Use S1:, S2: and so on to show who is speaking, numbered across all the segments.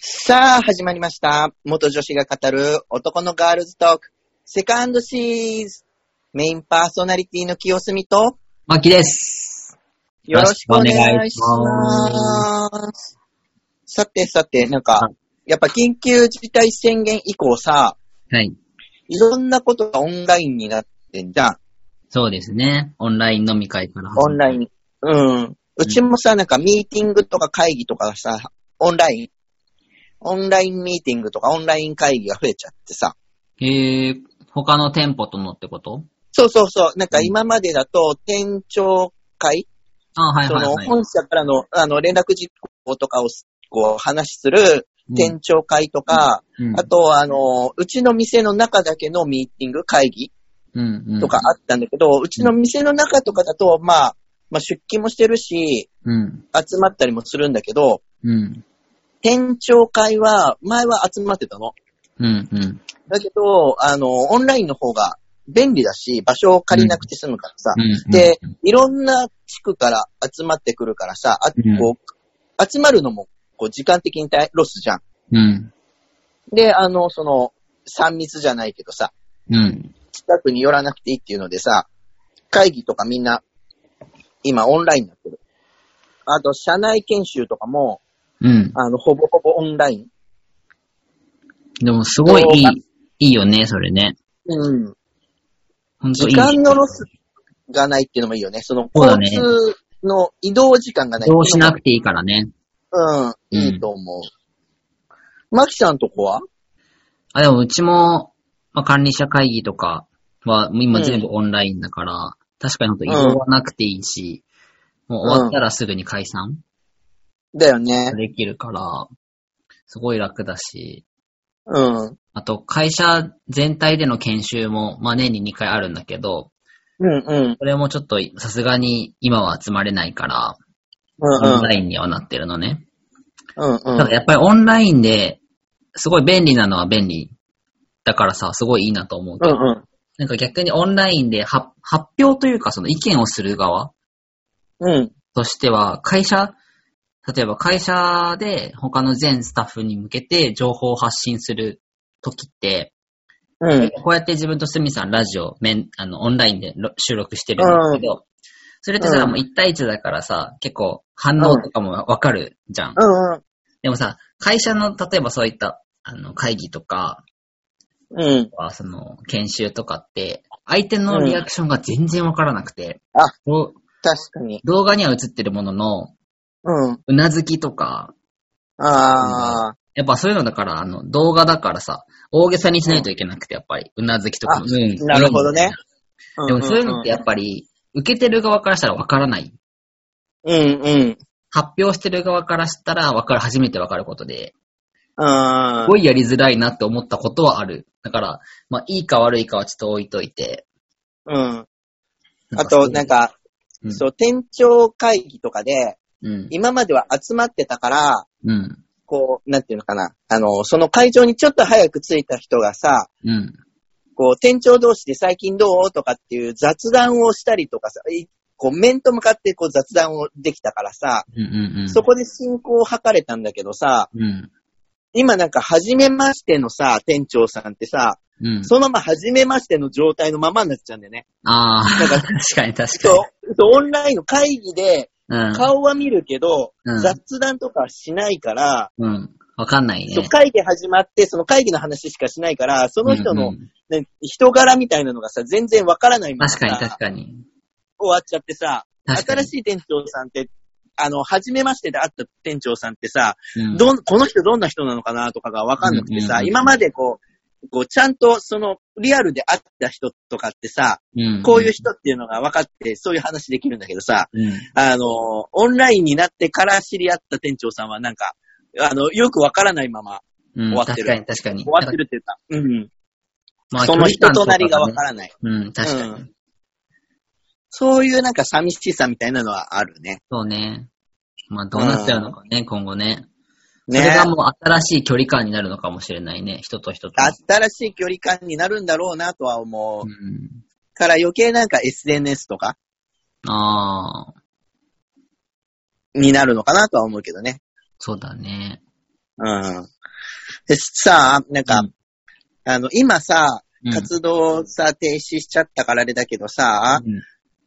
S1: さあ、始まりました。元女子が語る男のガールズトーク、セカンドシーズン。メインパーソナリティの清澄と、
S2: マキです。
S1: よ
S2: よ
S1: ろ
S2: ろ
S1: し
S2: し
S1: く
S2: く
S1: お
S2: お
S1: 願
S2: 願
S1: い
S2: い
S1: し
S2: し
S1: ます。さてさて、なんか
S2: は、
S1: やっぱ緊急事態宣言以降さ、
S2: はい。
S1: いろんなことがオンラインになってんじゃん。
S2: そうですね。オンライン飲み会から。
S1: オンライン。うん。うちもさ、なんかミーティングとか会議とかさ、オンライン。オンラインミーティングとかオンライン会議が増えちゃってさ。
S2: ン。えー、他の店舗とのってこと
S1: そうそうそう。なんか今までだと、店長会、
S2: あ、はい
S1: そ
S2: はい
S1: の
S2: はい。
S1: 本社からの、あの、連絡事項とかをすこう話しする店長会とか、
S2: うん
S1: あと、あの、うちの店の中だけのミーティング会議
S2: うんうん
S1: とかあったんだけど、うちの店の中とかだと、まあ、まあ出勤もしてるし、
S2: うん。
S1: 集まったりもするんだけど、
S2: うん。
S1: 店長会は、前は集まってたの。
S2: うん。うん。
S1: だけど、あの、オンラインの方が便利だし、場所を借りなくて済むからさ、
S2: うん
S1: で、いろんな地区から集まってくるからさ、あ
S2: うん
S1: こう集まるのもこう時間的に大ロスじゃん。
S2: うん。
S1: で、あの、その、3密じゃないけどさ、
S2: うん。
S1: 近くに寄らなくていいっていうのでさ、会議とかみんな、今オンラインになってる。あと、社内研修とかも、
S2: うん。
S1: あの、ほぼほぼオンライン。
S2: でも、すごいい
S1: 動画
S2: い、いいよね、それね。
S1: うん。
S2: ほんと
S1: 時
S2: いい。
S1: 間のロスがないっていうのもいいよね。その、
S2: そうだ
S1: 交
S2: ね
S1: 通の移動時間がないってい
S2: ど
S1: う
S2: うし
S1: の
S2: な
S1: も
S2: くていいからね。
S1: うん、いいと思う。マキさんとこは
S2: あ、でも、うちも、まあ、管理者会議とかは、もう今全部オンラインだから、確かにほんと移動はなくていいし、もう終わったらすぐに解散
S1: だよね。
S2: できるから、すごい楽だし、
S1: うん。
S2: あと会社全体での研修も、まあ、年に2回あるんだけど、
S1: うんうん。
S2: それもちょっとさすがに今は集まれないから、
S1: うん
S2: オ
S1: う
S2: ン
S1: ん
S2: ラ。インにはなってるのね。
S1: うんう
S2: ただ
S1: ん。
S2: やっぱりオンラインですごい便利なのは便利。だからさ、すごいいいなと思うけ
S1: う
S2: ど、
S1: んうん。
S2: なんか逆にオンラインでは発表というかその意見をする側
S1: うん。
S2: としては、会社、例えば会社で他の全スタッフに向けて情報を発信するときって、
S1: うん。
S2: こうやって自分とスミさんラジオ、面あの、オンラインでろ収録してるんですけど、それってさ、
S1: うん
S2: もう1対1だからさ、結構反応とかもわかるじゃん。
S1: うん
S2: でもさ、会社の、例えばそういった、あの、会議とか、
S1: うん。うん。
S2: はその、研修とかって、相手のリアクションが全然わからなくて、
S1: うんあ
S2: どう
S1: 確かに。
S2: 動画には映ってるものの、
S1: うん。
S2: うなずきとか、
S1: ああ。
S2: やっぱそういうのだから、あの、動画だからさ、大げさにしないといけなくて、やっぱり、うなずきとかも、うん
S1: なるほどね。
S2: でもそういうのってや
S1: ぱ。
S2: っぱり、受けてる側からしたらわからない。
S1: うんうん。
S2: 発表してる側からしたらわかる、初めてわかることで、
S1: あ
S2: すごいやりづらいなって思ったことはある。だから、まあ、いいか悪いかはちょっと置いといて。
S1: うん。あと、なん、か、
S2: うん
S1: そう、店長会議とかで、
S2: うん。
S1: 今までは集まってたから、
S2: うん。
S1: こう、なんていうのかな。あの、その会場にちょっと早く着いた人がさ、
S2: うん。
S1: こう、店長同士で最近どうとかっていう雑談をしたりとかさ、いこう、面と向かってこう雑談をできたからさ、
S2: うん。うん。うん。
S1: そこで進行を図れたんだけどさ、
S2: うん。
S1: 今なんか初めましてのさ、店長さんってさ、
S2: うん。
S1: そのまま初めましての状態のままになっちゃうんだよね。
S2: ああ、
S1: なんか
S2: 確かに確か
S1: そう
S2: に。、
S1: そうオンラインの会議で
S2: うん。
S1: 顔は見るけど、
S2: うん
S1: 雑談とかはしないから、
S2: うん。わかんない
S1: そう
S2: ね。
S1: 会議始まって、その会議の話しかしないから、その人の、
S2: うんうん
S1: ね人柄みたいなのがさ、全然わからないままさ
S2: 確かに確かに。
S1: 終わっちゃってさ、
S2: 確かに
S1: 新しい店長さんって、あの、初めましてで会った店長さんってさ、
S2: うん
S1: どん、この人どんな人なのかなとかがわかんなくて
S2: うんうん
S1: さ、
S2: うん
S1: 今までこう、こう、ちゃんとその、リアルで会った人とかってさ、
S2: うん
S1: こういう人っていうのが分かって、そういう話できるんだけどさ、
S2: うん。
S1: あの、オンラインになってから知り合った店長さんはなんか、あの、よくわからないまま
S2: うん。
S1: 終わって
S2: 確
S1: る
S2: かに確かに。
S1: 終わってるって言った。うん。
S2: まあ
S1: その人となりがわ
S2: 距離感とかね
S1: からない。
S2: うん、確かに。
S1: うんそういうなんか寂しさみたいなのはあるね。
S2: そうね。まあ、どうなっちゃうのかね、今後ね。
S1: ね
S2: それがもう新しい距離感になるのかもしれないね、人と人と。
S1: 新しい距離感になるんだろうなとは思う。
S2: うん。
S1: から余計なんか SNS とか
S2: ああ、
S1: になるのかなとは思うけどね。
S2: そうだね。
S1: うん。で、さあ、なんか、
S2: うん
S1: あの、今さ、
S2: うん
S1: 活動さ、停止しちゃったからあれだけどさ、
S2: う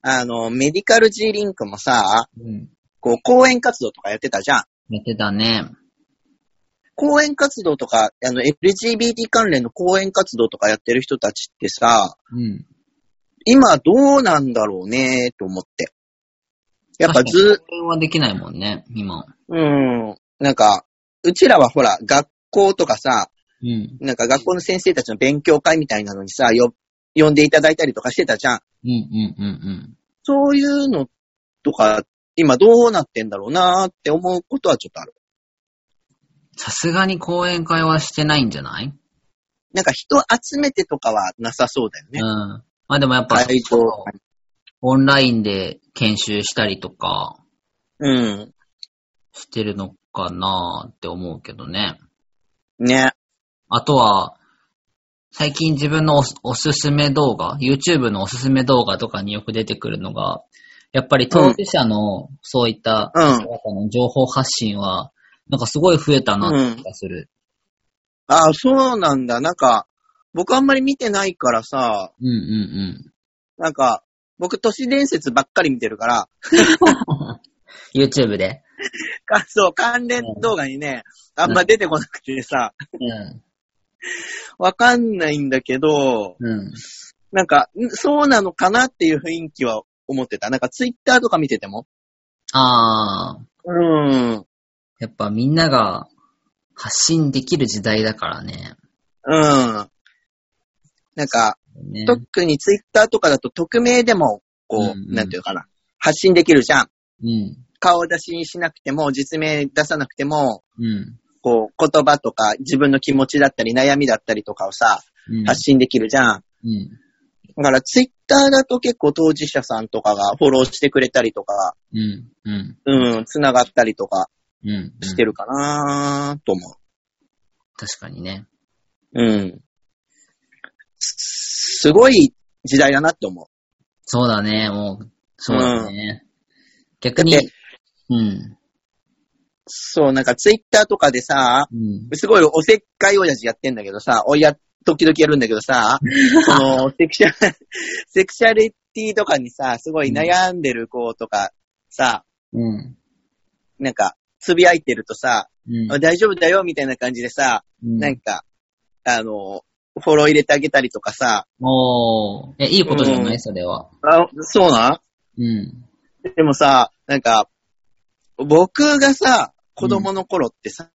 S1: あの、メディカル G リンクもさ、
S2: ん。うん。
S1: こう、講演活動とかやってたじゃん。
S2: やってたね。
S1: 講演活動とか、あの、LGBT 関連の講演活動とかやってる人たちってさ、
S2: うん。
S1: 今どうなんだろうね、と思って。やっぱず、
S2: 確かに応援はできないもんね、今。
S1: うん。なんか、うちらはほら、学校とかさ、
S2: うん。
S1: なんか学校の先生たちの勉強会みたいなのにさ、よ、呼んでいただいたりとかしてたじゃん。
S2: うん、うん、うん、
S1: そういうのとか、今どうなってんだろうなーって思うことはちょっとある。
S2: うん。さすがに講演会はしてないんじゃない、
S1: なんか人集めてとかはなさそうだよ
S2: う
S1: ね
S2: ん。。まあでもやっぱ、
S1: 会場。
S2: オンラインで研修したりとか
S1: うん。
S2: してるのかなって思うけどね。
S1: ね。
S2: あとは、最近自分のおすおすすめ動画、YouTube のおすすめ動画とかによく出てくるのが、やっぱり当事者のそういった
S1: うん。
S2: 方の情報発信は、なんかすごい増えたなって気がする。
S1: ああ、そうなんだ。なんか、僕あんまり見てないからさ、
S2: うんうん
S1: なんか、僕都市伝説ばっかり見てるから、
S2: うん。YouTube で。
S1: か そう、関連動画にね、あんま出てこなくてさ、
S2: うん。
S1: わかんないんだけど、
S2: うん。
S1: なんか、んそうなのかなっていう雰囲気は思ってた。なんかツイッターとか見てても。
S2: あー、
S1: うん。
S2: やっぱみんなが発信できる時代だからね。
S1: うん。なんか、
S2: ね
S1: 特にツイッターとかだと匿名でも、こう、
S2: うんうん
S1: なんていうかな、発信できるじゃん。
S2: うん。
S1: 顔出しにしなくても、実名出さなくても、
S2: うん。
S1: こう、言葉とか自分の気持ちだったり悩みだったりとかをさ、
S2: うん
S1: 発信できるじゃん。
S2: うん。
S1: だからツイッターだと結構当事者さんとかがフォローしてくれたりとか、
S2: うん。うん。
S1: うん、繋がったりとか
S2: うん。
S1: してるかなと思
S2: 確かにね。
S1: う。うん。すすごい時代だなって思
S2: そうだね、もう、そうだね。逆に
S1: だって、
S2: うん。
S1: う。そう、なんかツイッターとかでさ、
S2: うん。
S1: すごいおせっかい親父やってんだけどさ、おいや、時々やるんだけど さ、その、セクシャ、セクシャリティとかにさ、すごい悩んでる子とかさ、
S2: うん。
S1: なんか、つぶやいてるとさ、
S2: うん。
S1: あ大丈夫だよみたいな感じでさ、
S2: うん
S1: なんか、あの、フォロー入れてあげたりとかさ、
S2: おー。え、いいことじゃな
S1: うん
S2: いそれは。
S1: あ、そうな
S2: うん。
S1: んでもさ、なんか、僕がさ、子供の頃ってさ、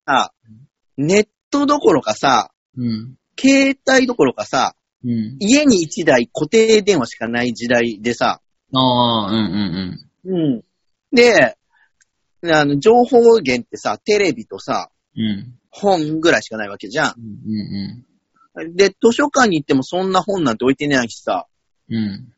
S1: ネットどころかさ、
S2: うん。
S1: 携帯どころかさ、
S2: うん。
S1: 家に一台固定電話しかない時代でさ、
S2: あー、うんうん
S1: うん。で、あの、情報源ってさ、テレビとさ、
S2: うん。うん。
S1: 本ぐらいしかないわけじゃ
S2: うんうん
S1: ん。で、図書館に行ってもそんな本なんて置いてないしさ、
S2: うん。うん。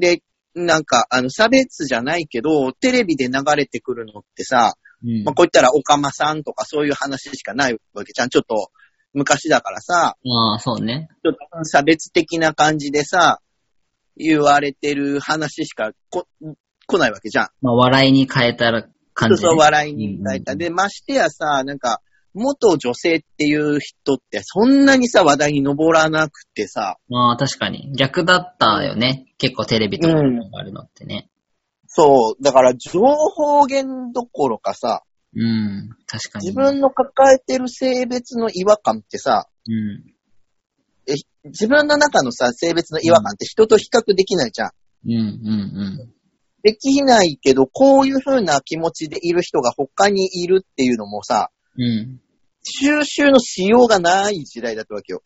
S1: で、なんか、あの、差別じゃないけど、テレビで流れてくるのってさ、
S2: うん。
S1: まあ、こういったら、オカマさんとかそういう話しかないわけじゃん。ちょっと、昔だからさ、
S2: あー、そうね。
S1: ちょっと差別的な感じでさ、言われてる話しかこ、来ないわけじゃん。
S2: まあ、笑いに変えたら感
S1: そう
S2: じね。
S1: そう、笑いに変えた。
S2: うん
S1: で、ましてやさ、なんか、元女性っていう人って、そんなにさ、話題に上らなくてさ、
S2: まあ、確かに。逆だったよね。結構テレビとかがあるのってね。
S1: そう、だから、情報源どころかさ、
S2: うん。確かに。
S1: 自分の抱えてる性別の違和感ってさ、
S2: うん。
S1: 自分の中のさ、性別の違和感って人と比較できないじゃん。
S2: うん、うん、
S1: できないけど、こういう風な気持ちでいる人が他にいるっていうのもさ、
S2: うん。うん。
S1: 収集のしようがない時代だったわけよ。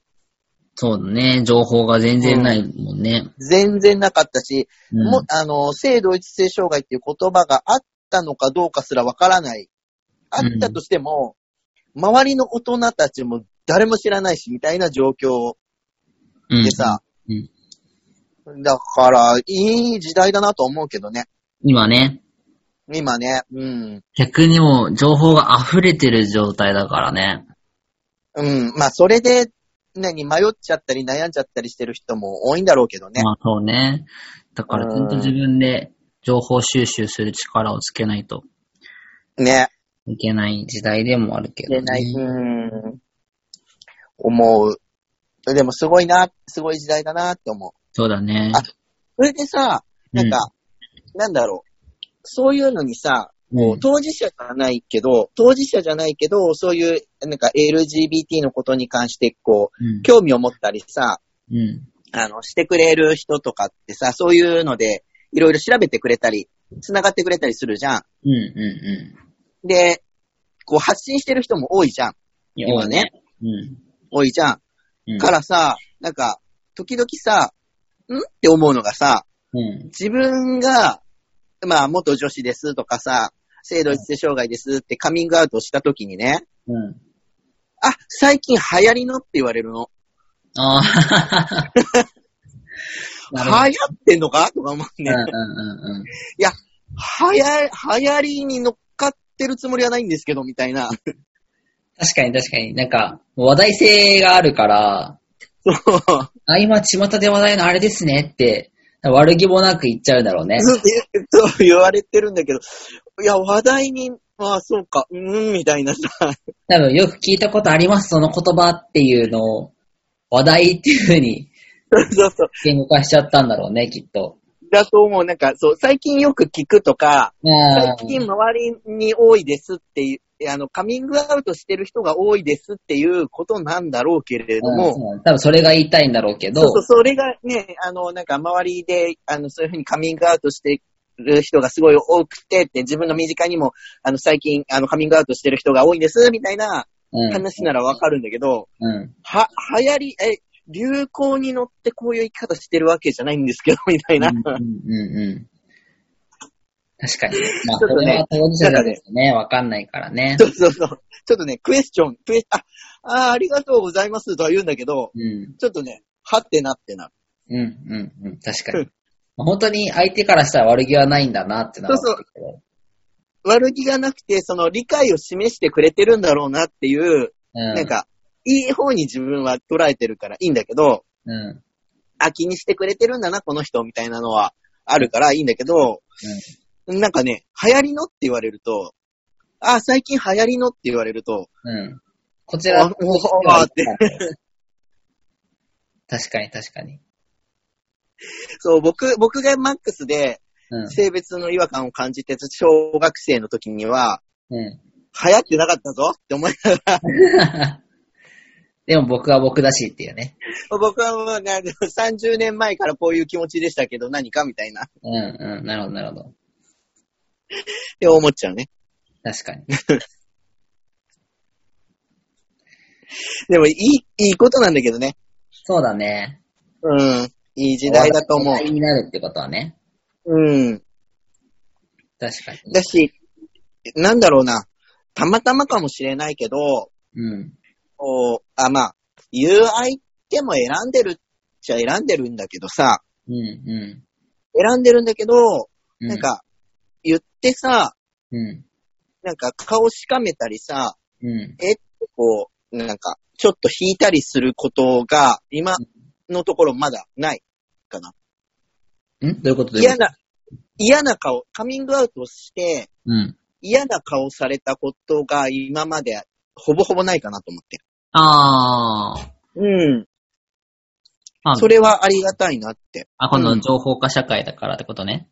S2: そうだね。情報が全然ないもんね。
S1: 全然なかったし、
S2: うん。
S1: もあの、性同一性障害っていう言葉があったのかどうかすらわからない。あったとしても、周りの大人たちも誰も知らないし、みたいな状況
S2: うん
S1: でさ、
S2: うん
S1: だから、いい時代だなと思うけどね。
S2: 今ね、
S1: 今ね、うん。
S2: 逆にもう情報が溢れてる状態だからね。
S1: うん。まあ、それで、何、迷っちゃったり悩んじゃったりしてる人も多いんだろうけどね。
S2: まあそうね。だからちゃんと自分で情報収集する力をつけないと
S1: ね。
S2: いけない時代でもあるけど、
S1: 出
S2: ね。
S1: ない。うん。思う。でもすごいな、すごい時代だなって思う。
S2: そうだね。
S1: あそれでさ、なんか、なんだろう。そういうのにさ、
S2: もう、
S1: 当事者じゃないけど、当事者じゃないけど、そういう、なんか LGBT のことに関して、こ
S2: うん
S1: う、興味を持ったりさ、
S2: うん。
S1: あの、してくれる人とかってさ、そういうので、いろいろ調べてくれたり、繋がってくれたりするじゃん。
S2: うん、う
S1: で、こう、発信してる人も多いじゃん。
S2: ん、うん。
S1: 今ね。
S2: うん。
S1: 多いじゃ
S2: うん。
S1: ん。からさ、なんか、時々さ、んって思うのがさ、
S2: うん。
S1: 自分が、まあ、元女子ですとかさ、性同一性障害ですってカミングアウトした時にね、
S2: うん。
S1: あ、最近流行りのって言われるの。
S2: あ あ、
S1: 流
S2: なるほど
S1: 行ってんのかとか思う
S2: うん、う
S1: ね。
S2: ん、うん。
S1: 流行、流行りに乗っかってるつもりはないんですけど、みたいな。
S2: 確かに確かに。なんか、話題性があるから、
S1: そう。
S2: あ、今、巷で話題のあれですねって、悪気もなく言っちゃうんだろうね。
S1: そう言われてるんだけど、いや、話題に、まあ、そうか、うん、みたいなさ。
S2: 多分、よく聞いたことあります、その言葉っていうのを、話題っていうふうに
S1: そうそう。
S2: 言語化しちゃったんだろうね、きっと。
S1: だと思う。なんか、そう、最近よく聞くとか、
S2: うん
S1: 最近周りに多いですっていう、あの、カミングアウトしてる人が多いですっていうことなんだろうけれども、
S2: うん多分それが言いたいんだろうけど、
S1: そうそう、それがね、あの、なんか周りで、あの、そういうふうにカミングアウトしてる人がすごい多くてって、自分の身近にも、あの、最近、あの、カミングアウトしてる人が多いんです、みたいな
S2: うん
S1: 話ならわかるんだけど、
S2: うん
S1: は、流行り、え、流行に乗ってこういう生き方してるわけじゃないんですけど、みたいな。
S2: うんうんうん確かに。まあ、
S1: ちょっとね
S2: これは当事者だですね。わかんないからね。
S1: そうそうそう。ちょっとね、クエスチョン、クエス、あ、あー、ありがとうございますとは言うんだけど、
S2: うん。
S1: ちょっとね、はってなってなる。
S2: うん、うん、うん。確かに。まあ本当に相手からしたら悪気はないんだなってのは
S1: そう
S2: わかるけど。
S1: 悪気がなくて、その理解を示してくれてるんだろうなっていう、
S2: うん。
S1: なんか、いい方に自分は捉えてるからいいんだけど、
S2: うん。うん。
S1: あ、気にしてくれてるんだな、この人みたいなのはあるからいいんだけど、なんかね、流行りのって言われると、あ、最近流行りのって言われると、
S2: うん。こちら
S1: あおーって
S2: 確かに、確かに。
S1: そう、僕、僕がマックスで
S2: うん。
S1: 性別の違和感を感じてた小学生の時には、
S2: うん。
S1: 流行ってなかったぞって思いながら、
S2: でも僕は僕だしっていうね。
S1: 僕はもうね、30年前からこういう気持ちでしたけど何かみたいな、っ
S2: うん、うん。なるほど、なるほど。
S1: て思っちゃうね。
S2: 確かに。
S1: でもいい、いいことなんだけどね。
S2: そうだね。
S1: うん。いい時代だと思う
S2: 話。題になるってことはね。
S1: うん。
S2: 確かに。
S1: だし、なんだろうな。たまたまかもしれないけど、
S2: うん。
S1: こうあ、まあ、言う相手も選んでるっちゃ選んでるんだけどさ、
S2: うん、う
S1: 選んでるんだけど、
S2: ん。
S1: なん、か、言ってさ、
S2: うん、
S1: なんか顔しかめたりさ、
S2: うん。
S1: こう、なんか、ちょっと引いたりすることが、今のところまだないかな。
S2: んどういうことどういう
S1: 嫌
S2: こと
S1: な、嫌な顔、カミングアウトして、
S2: うん。
S1: 嫌な顔されたことが今までほぼほぼないかなと思って。
S2: あー。
S1: うん。
S2: あ
S1: それはありがたいなって。
S2: あ、今
S1: う
S2: 度
S1: ん
S2: 情報化社会だからってことね。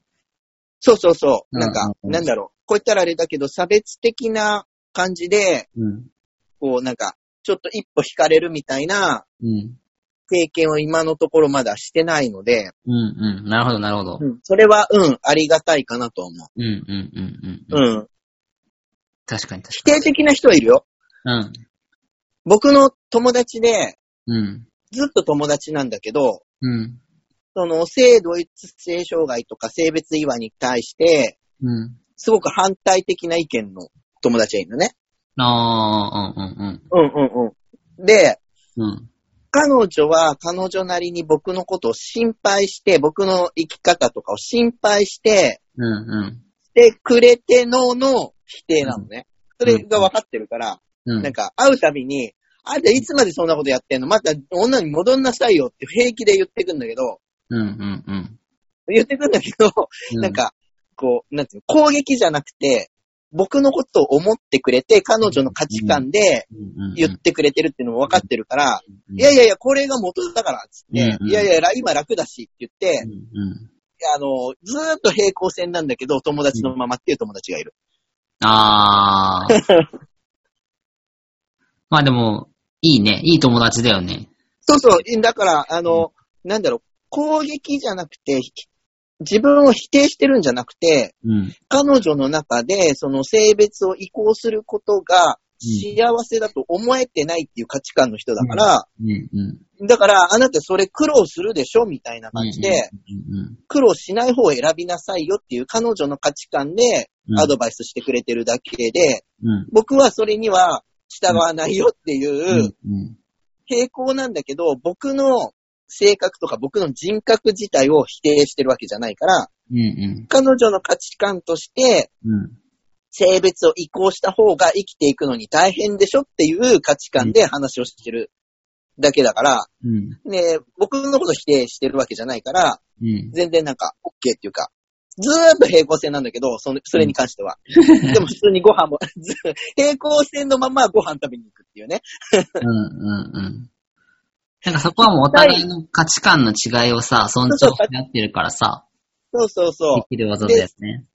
S1: そうそうそう。
S2: うん
S1: なんか、
S2: うん
S1: なんだろう。こう言ったらあれだけど、差別的な感じで、
S2: うん。
S1: こうなんか、ちょっと一歩引かれるみたいな
S2: うん。
S1: 経験を今のところまだしてないので、
S2: うん、うん。なるほど、なるほど。
S1: うん、それは、うん、ありがたいかなと思
S2: うん、うん、うん、
S1: う。
S2: うん。
S1: うん。
S2: 確かに、確
S1: 否定的な人はいるよ。
S2: かに。
S1: 僕の友達で、
S2: うん。
S1: ずっと友達なんだけど、
S2: うん。うん。
S1: その、性同一性障害とか性別違和に対して、
S2: うん。
S1: すごく反対的な意見の友達がいるのね。
S2: あー、うん、うん、
S1: うんうんうん。で、
S2: うん。うん。
S1: 彼女は彼女なりに僕のことを心配して、僕の生き方とかを心配して、
S2: うん、うん。
S1: で、くれてのの否定なのね。それが分かってるから、
S2: うん
S1: なんか会うたびに、あんたいつまでそんなことやってんのまた女に戻んなさいよって平気で言ってくんだけど、
S2: うん、うん、うん。
S1: 言ってくんだけど、
S2: う
S1: なん、か、こう、なんていうの攻撃じゃなくて、僕のことを思ってくれて、彼女の価値観で
S2: うん
S1: 言ってくれてるっていうのも分かってるから、
S2: うん
S1: いやいやいや、これが元だから、つって、
S2: うん
S1: いやいや、ら今楽だしって言って
S2: う、んうん
S1: あの、ずーっと平行線なんだけど、友達のままっていう友達がいる。
S2: あー。 まあでも、いいね。いい友達だよね。
S1: そうそう、だから、あの、なんだろう、攻撃じゃなくて、自分を否定してるんじゃなくて、
S2: うん。
S1: 彼女の中で、その性別を移行することが幸せだと思えてないっていう価値観の人だから、
S2: うん。うん。
S1: だから、あなたそれ苦労するでしょみたいな感じで、
S2: うんうん
S1: 苦労しない方を選びなさいよっていう彼女の価値観で
S2: うん。
S1: アドバイスしてくれてるだけで、
S2: うん。
S1: 僕はそれには従わないよって
S2: う。
S1: いうん
S2: うん。
S1: 傾向なんだけど、僕の性格とか僕の人格自体を否定してるわけじゃないから、
S2: うん。うん
S1: 彼女の価値観として、
S2: うん。
S1: 性別を移行した方が生きていくのに大変でしょっていう価値観で話をしてるだけだから、
S2: うん。
S1: ね、僕のこと否定してるわけじゃないから、
S2: うん。
S1: 全然なんか OK っていうか、ずーっと平行線なんだけど、そのそれに関しては。でも普通にご飯も、 ず平行線のままご飯食べに行くっていうね。
S2: うんうんうん。なんかそこはもうお互いの価値観の違いをさ、尊重し合ってるからさ、
S1: そうそうそう
S2: で。きる技だよね。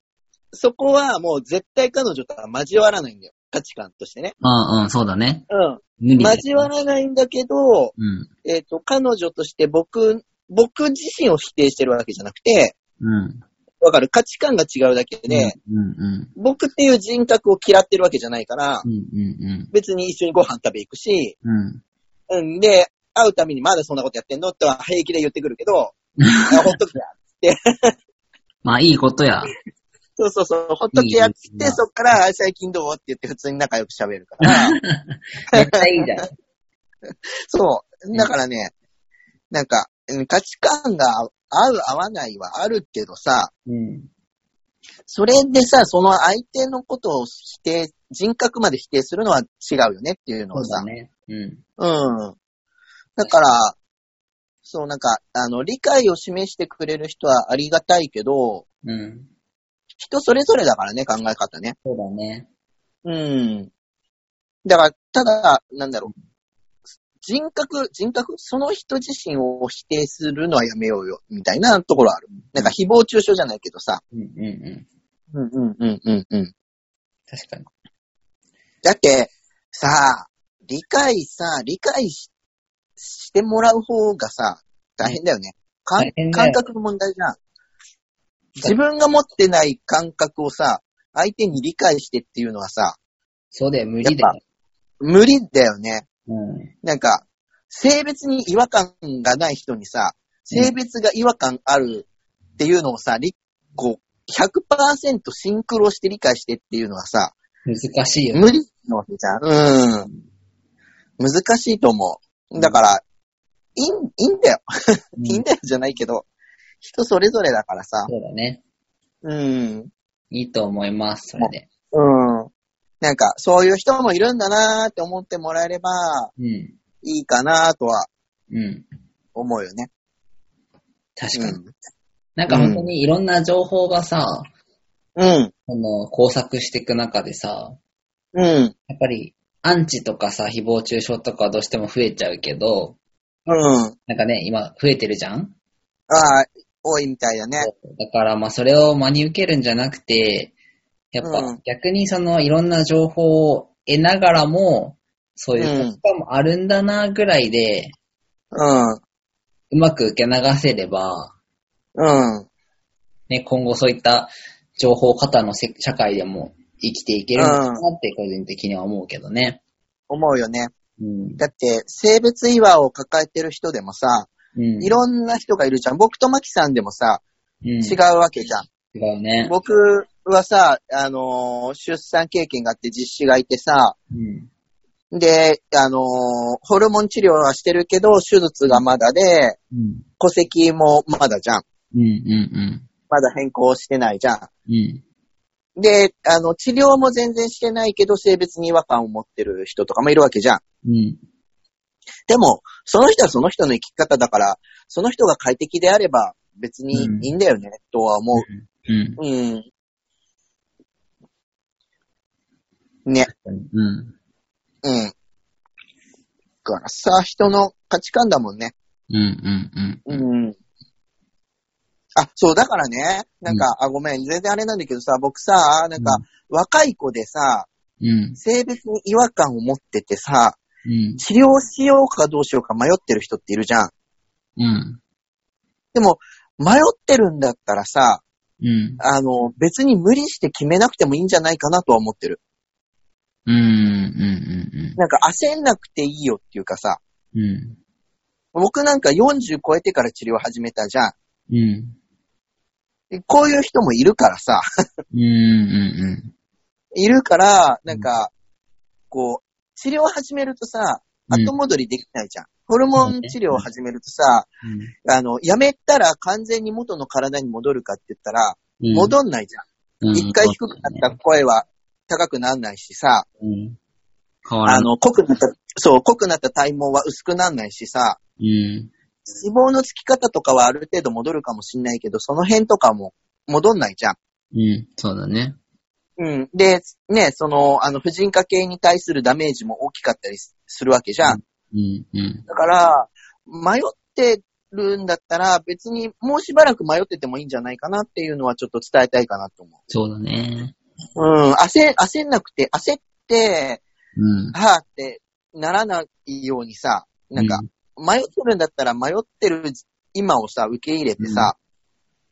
S1: そこはもう絶対彼女とは交わらないんだよ。価値観としてね。
S2: うんうん、そうだね。
S1: うん。
S2: 無理だよ
S1: 交わらないんだけど、
S2: うん。
S1: えっ、と、彼女として僕、僕自身を否定してるわけじゃなくて、
S2: うん。
S1: わかる価値観が違うだけで、
S2: うんうん
S1: 僕っていう人格を嫌ってるわけじゃないから
S2: うん。う、んうん
S1: 別に一緒にご飯食べ行くし、
S2: うん。うん。
S1: うんで、会うためにまだそんなことやってんのとは平気で言ってくるけ ど、いやほっときや。
S2: まあいいことや。
S1: そうそうそう、ほっときやって言って、
S2: いいですね
S1: そっからあ最近どうって言って普通に仲良く喋るから。
S2: めっちゃいいじゃん。
S1: そう。だからね、なんか、うん価値観が合う合わないはあるけどさ、
S2: うん。
S1: それでさ、その相手のことを否定、人格まで否定するのは違うよねっていうの
S2: そ
S1: を
S2: う
S1: さ
S2: だ、ね。うん。
S1: うん。だから、そうなんか、あの、理解を示してくれる人はありがたいけど、
S2: うん。
S1: 人それぞれだからね、考え方ね。
S2: そうだね。
S1: うん。だから、ただ、なんだろう。人格、人格、その人自身を否定するのはやめようよ、みたいなところある。なんか、誹謗中傷じゃないけどさ。
S2: うんうんうん。
S1: うんうんうんうんうん。
S2: 確かに。
S1: だって、さあ、理解さ、理解ししてもらう方がさ、大変だよね。かん
S2: 大変だ
S1: 感
S2: よ
S1: 覚の問題じゃん。自分が持ってない感覚をさ、相手に理解してっていうのはさ、
S2: そうだよ、無理だよ。
S1: 無理だよね。
S2: うん。
S1: なんか、性別に違和感がない人にさ、性別が違和感あるっていうのをさ、りこう、100%シンクロして理解してっていうのはさ、
S2: 難しいよ。
S1: 無理なわけじゃん。うん。難しいと思う。だから、いい、いいんだよ。
S2: うん
S1: いいんだよじゃないけど、人それぞれだからさ。
S2: そうだね。
S1: うん。
S2: いいと思います、それで。
S1: うん。なんか、そういう人もいるんだなーって思ってもらえれば、
S2: うん。
S1: いいかなーとは
S2: うん。
S1: 思うよね。
S2: 確かに。なんか本当にいろんな情報がさ、
S1: うん。
S2: その工作していく中でさ、
S1: うん。うん。
S2: やっぱりアンチとかさ、誹謗中傷とかはどうしても増えちゃうけど、
S1: うん。
S2: なんかね、今増えてるじゃん
S1: ああ、多いみたいだね。
S2: だからまあそれを真に受けるんじゃなくて、やっ
S1: う
S2: ぱ
S1: ん
S2: 逆にそのいろんな情報を得ながらも、そういう価値観もあるんだなぐらいで、
S1: うん。
S2: うまく受け流せれば、
S1: うん。
S2: ね、今後そういった情報型のせ社会でも生きていけるのかなって個人的には思うけどね。
S1: 思うよね。
S2: うん。
S1: だって、性別違和を抱えてる人でもさ、
S2: うん
S1: いろんな人がいるじゃん。僕とマキさんでもさ、
S2: 違
S1: 違うわけじゃん。
S2: 違うね。
S1: 僕はさ、あのー出産経験があって実施がいてさ、
S2: うん。
S1: で、あのーホルモン治療はしてるけど、手術がまだで、
S2: うん。
S1: 戸籍もまだじゃん。
S2: うん。うん。
S1: まだ変更してないじゃん。
S2: うん。
S1: で、あの、治療も全然してないけど、性別に違和感を持ってる人とかもいるわけじゃん。
S2: うん。
S1: でも、その人はその人の生き方だから、その人が快適であれば別にいいんだよね、とは思う。
S2: うん。
S1: うん。ね。
S2: うん。
S1: うん。だからさ、人の価値観だもんね。
S2: うん、うん、うん。
S1: うん。あ、そう、だからね、なんか、あ、ごめん、全然あれなんだけどさ、僕さ、なんか、若い子でさ、
S2: うん、
S1: 性別に違和感を持っててさ、
S2: うん、
S1: 治療しようかどうしようか迷ってる人っているじゃん。
S2: うん、
S1: でも、迷ってるんだったらさ、
S2: うん。
S1: あの、別に無理して決めなくてもいいんじゃないかなとは思ってる。
S2: うん、うん、
S1: なんか焦んなくていいよっていうかさ、
S2: うん、うん。
S1: 僕なんか40超えてから治療始めたじゃん。
S2: うん、
S1: でこういう人もいるからさ、
S2: うん、うん、
S1: いるから、なんか、こう、治療を始めるとさ、
S2: うん
S1: 後戻りできないじゃん。ホルモン治療を始めるとさ、あの、やめたら完全に元の体に戻るかって言ったら、
S2: うん。
S1: 戻んないじゃ。
S2: うん
S1: 一回低くなった声は高くなんないしさ、
S2: うん。変わら
S1: あ
S2: ない。
S1: の、濃くなった、そう、濃くなった体毛は薄くなんないしさ、
S2: うん。
S1: 脂肪のつき方とかはある程度戻るかもしんないけど、その辺とかも戻んないじゃん。
S2: うん。そうだね。
S1: うん。で、ね、その、あの、婦人科系に対するダメージも大きかったりすするわけじゃん。
S2: うん。うん。
S1: だから、迷ってるんだったら、別にもうしばらく迷っててもいいんじゃないかなっていうのはちょっと伝えたいかなと思
S2: そうだね。
S1: う。うん。焦、焦んなくて、焦って、
S2: うん。
S1: はぁってならないようにさ、なんか、迷ってるんだったら迷ってる今をさ、受け入れてさ、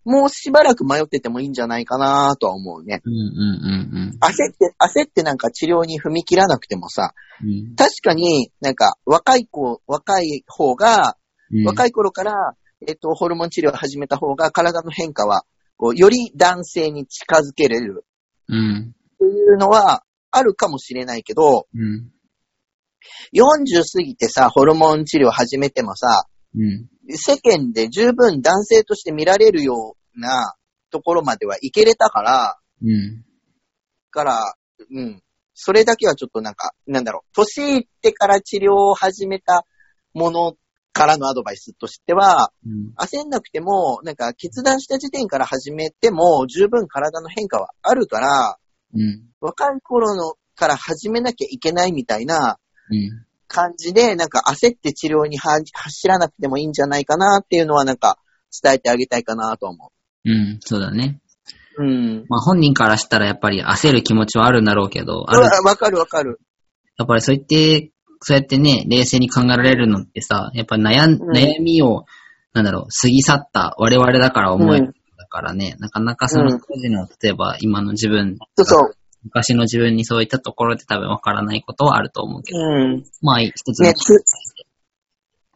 S1: もうしばらく迷っててもいいんじゃないかなとは思うね。
S2: うん、うん、うん、
S1: 焦って、焦ってなんか治療に踏み切らなくてもさ、
S2: うん。
S1: 確かになんか若い子、若い方が、
S2: うん。
S1: 若い頃から、えっと、ホルモン治療を始めた方が体の変化は、こう、より男性に近づけれる
S2: うん。
S1: っていうのはあるかもしれないけど、
S2: うん。
S1: 40過ぎてさ、ホルモン治療始めてもさ、
S2: うん。
S1: 世間で十分男性として見られるようなところまではいけれたから、
S2: うん。
S1: から、うん。それだけはちょっとなんか、なんだろう、年いってから治療を始めたものからのアドバイスとしては、
S2: うん。
S1: 焦んなくても、なんか決断した時点から始めても十分体の変化はあるから、
S2: うん。
S1: 若い頃のから始めなきゃいけないみたいな
S2: うん。
S1: 感じで、なんか焦って治療には走らなくてもいいんじゃないかなっていうのはなんか伝えてあげたいかなと思
S2: うん。そうだね。
S1: う。うん。
S2: まあ本人からしたらやっぱり焦る気持ちはあるんだろうけど、あ
S1: う
S2: る
S1: わ、わかるわかる。
S2: やっぱりそう言って、そうやってね、冷静に考えられるのってさ、やっぱ悩ん、
S1: うん
S2: 悩みを、なんだろう、過ぎ去った我々だから思える
S1: うん
S2: んだからね、なかなかその当時の、例えば今の自分、
S1: そうそう。
S2: 昔の自分にそういったところで多分わからないことはあると思うけど、
S1: うん。
S2: まあ一つの
S1: ね、つ、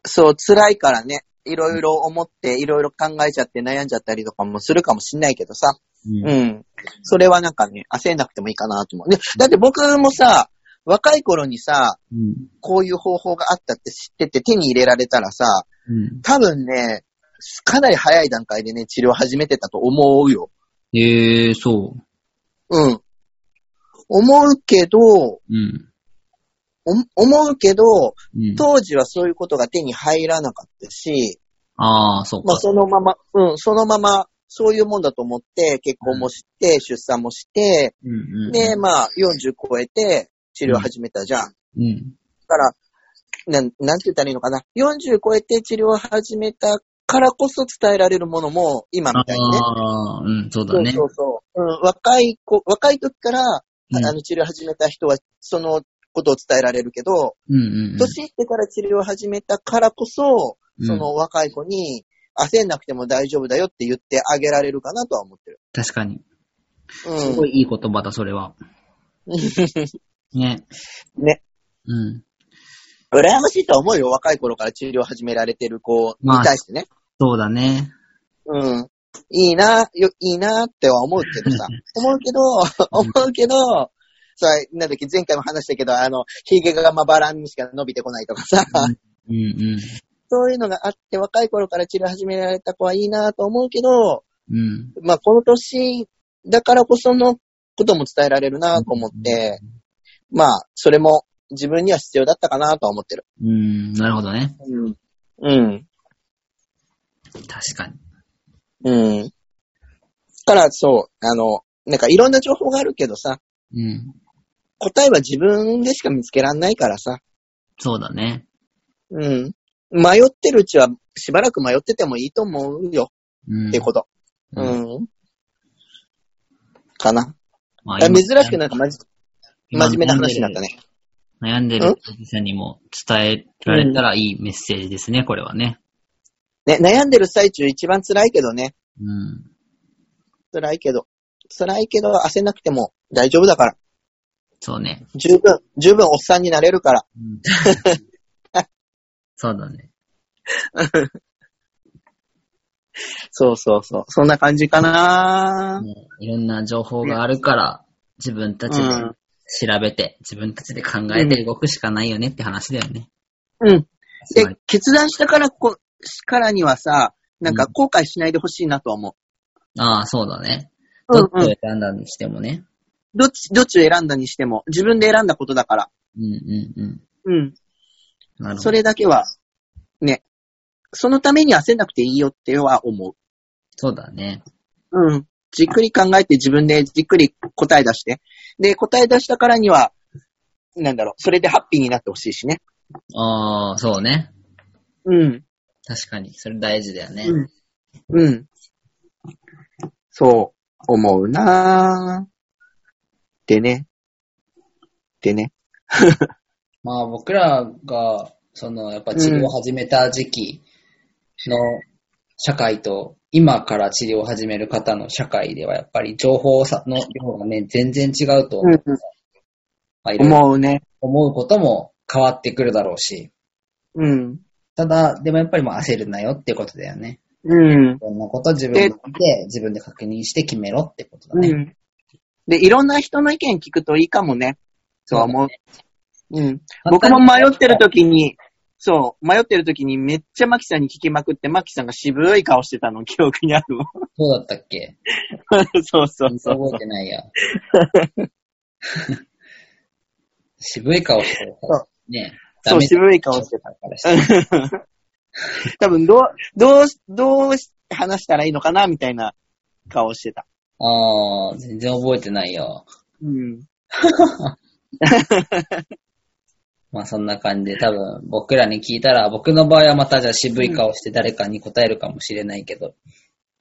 S1: そう、辛いからね、いろいろ思って、いろいろ考えちゃって悩んじゃったりとかもするかもしんないけどさ。
S2: うん
S1: うん。それはなんかね、焦んなくてもいいかなと思う。で、だって僕もさ、若い頃にさ、
S2: うん
S1: こういう方法があったって知ってて手に入れられたらさ、
S2: うん
S1: 多分ね、かなり早い段階でね、治療始めてたと思うよ。
S2: えー、そ
S1: うん。思うけど、お
S2: う。うん。
S1: 思うけど、
S2: うん、
S1: 当時はそういうことが手に入らなかったし、
S2: ああ、そう
S1: ま
S2: か
S1: あ。そのまま、うん、そのまま、そういうもんだと思って、結婚もして、出産もして、
S2: うんうん
S1: で、まあ、40超えて、治療始めたじゃん。
S2: うん。
S1: だから、なん、なんて言ったらいいのかな。40超えて治療を始めたからこそ伝えられるものも、今みたいにね。
S2: ああ、うん、そうだね。
S1: そうそうそう、うん。若い子、若い時から、あ
S2: うん
S1: あの、治療を始めた人は、そのことを伝えられるけど、
S2: うんうんうん。
S1: 年いってから治療を始めたからこそ、
S2: うん
S1: その若い子に、焦んなくても大丈夫だよって言ってあげられるかなとは思ってる。
S2: 確かに。
S1: うん。
S2: すごいいい言葉だ、そ れは。ね。
S1: ね。
S2: うん。
S1: 羨ましいとは思うよ。若い頃から治療を始められてる子に
S2: まあ
S1: 対してね。
S2: そうだね。
S1: うん。いいな、よ、いいなっては思うけ どさ。思うけど、思うけど、さ、なんだっけ、前回も話したけど、あの、髭がまばらにしか伸びてこないとかさ、
S2: うんう
S1: そういうのがあって、若い頃から治療始められた子はいいなと思うけど、
S2: ん。うん。
S1: まあ、この年だからこそのことも伝えられるなと思って、まあ、それも自分には必要だったかなとは思ってる。
S2: うん、なるほどね。
S1: うん。うん。
S2: 確かに。
S1: うん。だから、そう、あの、なんかいろんな情報があるけどさ、
S2: うん。
S1: 答えは自分でしか見つけらんないからさ。
S2: そうだね。
S1: うん。迷ってるうちは、しばらく迷っててもいいと思うよ、
S2: うん。
S1: ってこと。う
S2: うん。
S1: ん。かな。
S2: まあ
S1: 珍しくな
S2: な
S1: んかまじ、真面目な話になったね。
S2: 悩んでる人にも伝えられたらいいメッセージですね、これはね。
S1: ね、悩んでる最中一番辛いけどね。
S2: うん。
S1: 辛いけど。辛いけど焦んなくても大丈夫だから。
S2: そ うね。
S1: 十分、十分おっさんになれるから。
S2: うんそうだね。
S1: そうそうそう。そんな感じかな
S2: ねいろんな情報があるから、自分たちで調べて、自分たちで考えて動くしかないよねって話だよね。
S1: うん。
S2: つ
S1: で
S2: まり、
S1: 決断したからこ、からにはさ、なんか後悔しないでほしいなとは思
S2: ああ、そうだね。
S1: う。
S2: どっちを選んだにしてもね。
S1: どっち、どっちを選んだにしても、自分で選んだことだから。
S2: うんうんうん。
S1: うん。
S2: なるほど。
S1: それだけは、ね。そのために焦んなくていいよっては思う。
S2: そうだね。
S1: うん。じっくり考えて自分でじっくり答え出して。で、答え出したからには、なんだろう、それでハッピーになってほしいしね。
S2: ああ、そうね。
S1: うん。
S2: 確かに。それ大事だよね。
S1: うんうん。そう、思うなぁ。でね。でね。
S2: まあ僕らが、その、やっぱ治療を始めた時期の社会と、今から治療を始める方の社会では、やっぱり情報さの量がね、全然違うと、
S1: うんうん
S2: まあ、いろいろ
S1: 思うね。
S2: 思うことも変わってくるだろうし、
S1: うん。
S2: ただ、でもやっぱりまあ焦るなよってことだよね。
S1: うん。
S2: こんなこと自分で見て、自分で確認して決めろってことだね。
S1: うん。で、いろんな人の意見聞くといいかもね。そうは思う。うん。僕も迷ってる時に、そう、迷ってる時にめっちゃマキさんに聞きまくって、マキさんが渋い顔してたの記 憶にあるもん。
S2: そうだったっけ
S1: そうそうそう。
S2: 覚えてないや。 渋い顔してるからね。
S1: そう、渋い顔してて
S2: たから
S1: た。多分、どう、どう、どう話したらいいのかな、みたいな顔してた。
S2: ああ、全然覚えてないよ。
S1: うん。
S2: まあそんな感じで、多分僕らに聞いたら、僕の場合はまたじゃあ渋い顔して誰かに答えるかもしれないけど。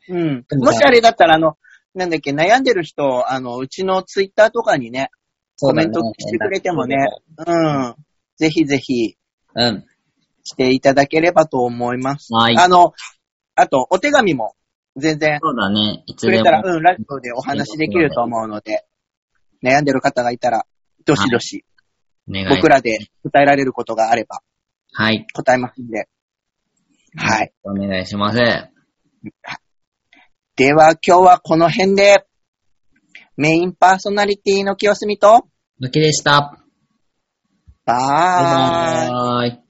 S1: うん。もしあれだったら、あの、なんだっけ、悩んでる人、あの、うちのツイッターとかにね、
S2: そうだね
S1: コメントしてくれてもねうん。ぜひぜひ、
S2: うん。
S1: していただければと思います。
S2: はい。
S1: あの、あと、お手紙も、全然、
S2: そうだね。いつ
S1: く
S2: で
S1: れ
S2: も
S1: たら、うん、ラジオでお話できると思うので、悩んでる方がいたら、どしどし、
S2: お願い。
S1: 僕らで答えられることがあれば、
S2: はい。
S1: 答えますんで。はい。
S2: お願いします。は
S1: では、今日はこの辺で、メインパーソナリティの清澄と、
S2: きでした。
S1: バーイ。
S2: バイバーイ。